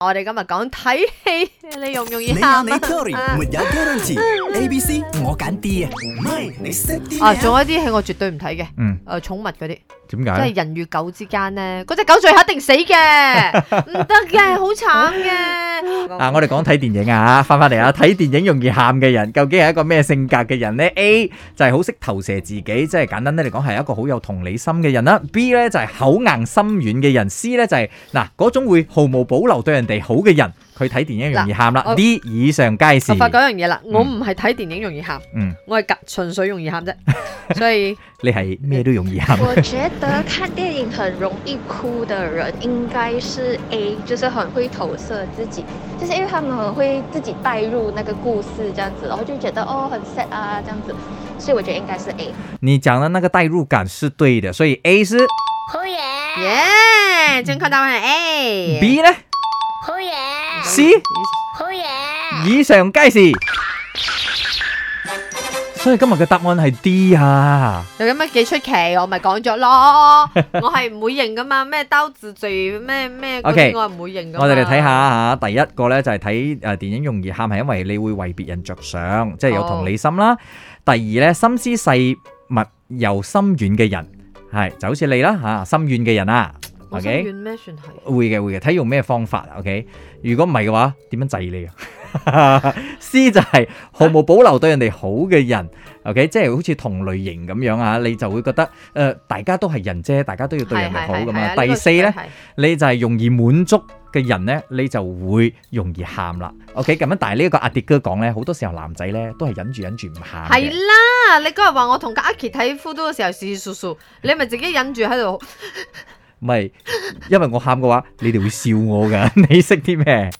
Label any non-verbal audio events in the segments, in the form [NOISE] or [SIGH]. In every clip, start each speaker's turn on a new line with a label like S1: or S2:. S1: 我哋今日講睇戲，你容唔容易
S2: 你有
S1: 喊
S2: 你
S1: 啊？
S2: theory，沒有 guarantee。A、B、C 我揀 D 啊，唔係你識啲
S1: 啊，
S2: 咩
S1: 仲
S2: 啊？
S1: 有一啲戲我絕對唔睇嘅，誒、
S3: 嗯，
S1: 寵物嗰啲，即
S3: 點解咧
S1: 係？人與狗之間咧，嗰只狗最後一定死嘅，唔得嘅，好慘嘅。
S3: 啊！我哋講睇電影啊，翻翻嚟啊，睇電影容易喊嘅人，究竟係一個咩性格嘅人呢 a 就係好識投射自己，即係簡單啲嚟講係一個好有同理心嘅人啦。B 呢就係口硬心軟嘅人，C 呢就係嗱嗰種會毫無保留對人哋好嘅人，佢睇電影容易喊啦
S1: 嗱我。
S3: D 以上皆是
S1: 我。發覺一樣嘢啦，我唔係睇電影容易喊，
S3: 嗯，
S1: 我係純粹容易喊啫，所以
S3: 你係咩都容易喊。
S4: 我觉得看电影很容易哭的人应该是 A，就是很会投射自己，就是因为他们很会自己带入那个故事这样子，然后就觉得哦很 sad 啊这样子，所以我觉得应该是 A。
S3: 你講的那個代入感是對的，所以 A 是
S5: 好嘢，
S1: 耶，正確答案係 A。
S3: B 呢
S5: 好嘢，
S3: ？C
S5: 好嘢。
S3: 以上皆是。所以今日嘅答案係 D 啊。
S1: 又有乜幾出奇？我咪講咗咯，我係唔會認噶嘛，咩兜字罪咩咩嗰
S3: OK，
S1: 啲我係唔會認噶。
S3: 我哋嚟睇下嚇，第一個咧就係睇誒電影容易喊，係因為你會為別人着想，即係有同理心啦。第二咧，心思細密又心軟嘅人，係就好似你啦嚇、心軟嘅人啊。
S1: 我心
S3: OK，
S1: 軟咩算係？
S3: 會嘅會嘅，睇用咩方法啊 OK，如果唔係嘅話，點樣制你啊 [LAUGHS] ？C 就係毫無保留對人哋好嘅人，OK，即係好似同類型咁樣啊，你就會覺得誒、呃大家都係人啫，大家都要對人哋好咁啊。第四咧。你就係容易滿足嘅人呢，你就會容易喊啦。OK，咁樣，但係呢一個阿迪哥講呢，好多時候男仔呢都係忍住忍住唔喊
S1: 係
S3: 嘅。
S1: 啦，你嗰日話我同阿 Aki 睇 f o o 嘅時候事事數數，你咪自己忍住喺度。
S3: 唔係，因為我喊嘅話，你哋會笑我噶。 [LAUGHS] 你識啲咩？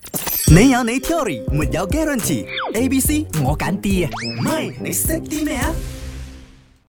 S2: 你有你 theory，沒有 guarantee。A、B、C 我揀 D 啊，唔係你識啲咩啊？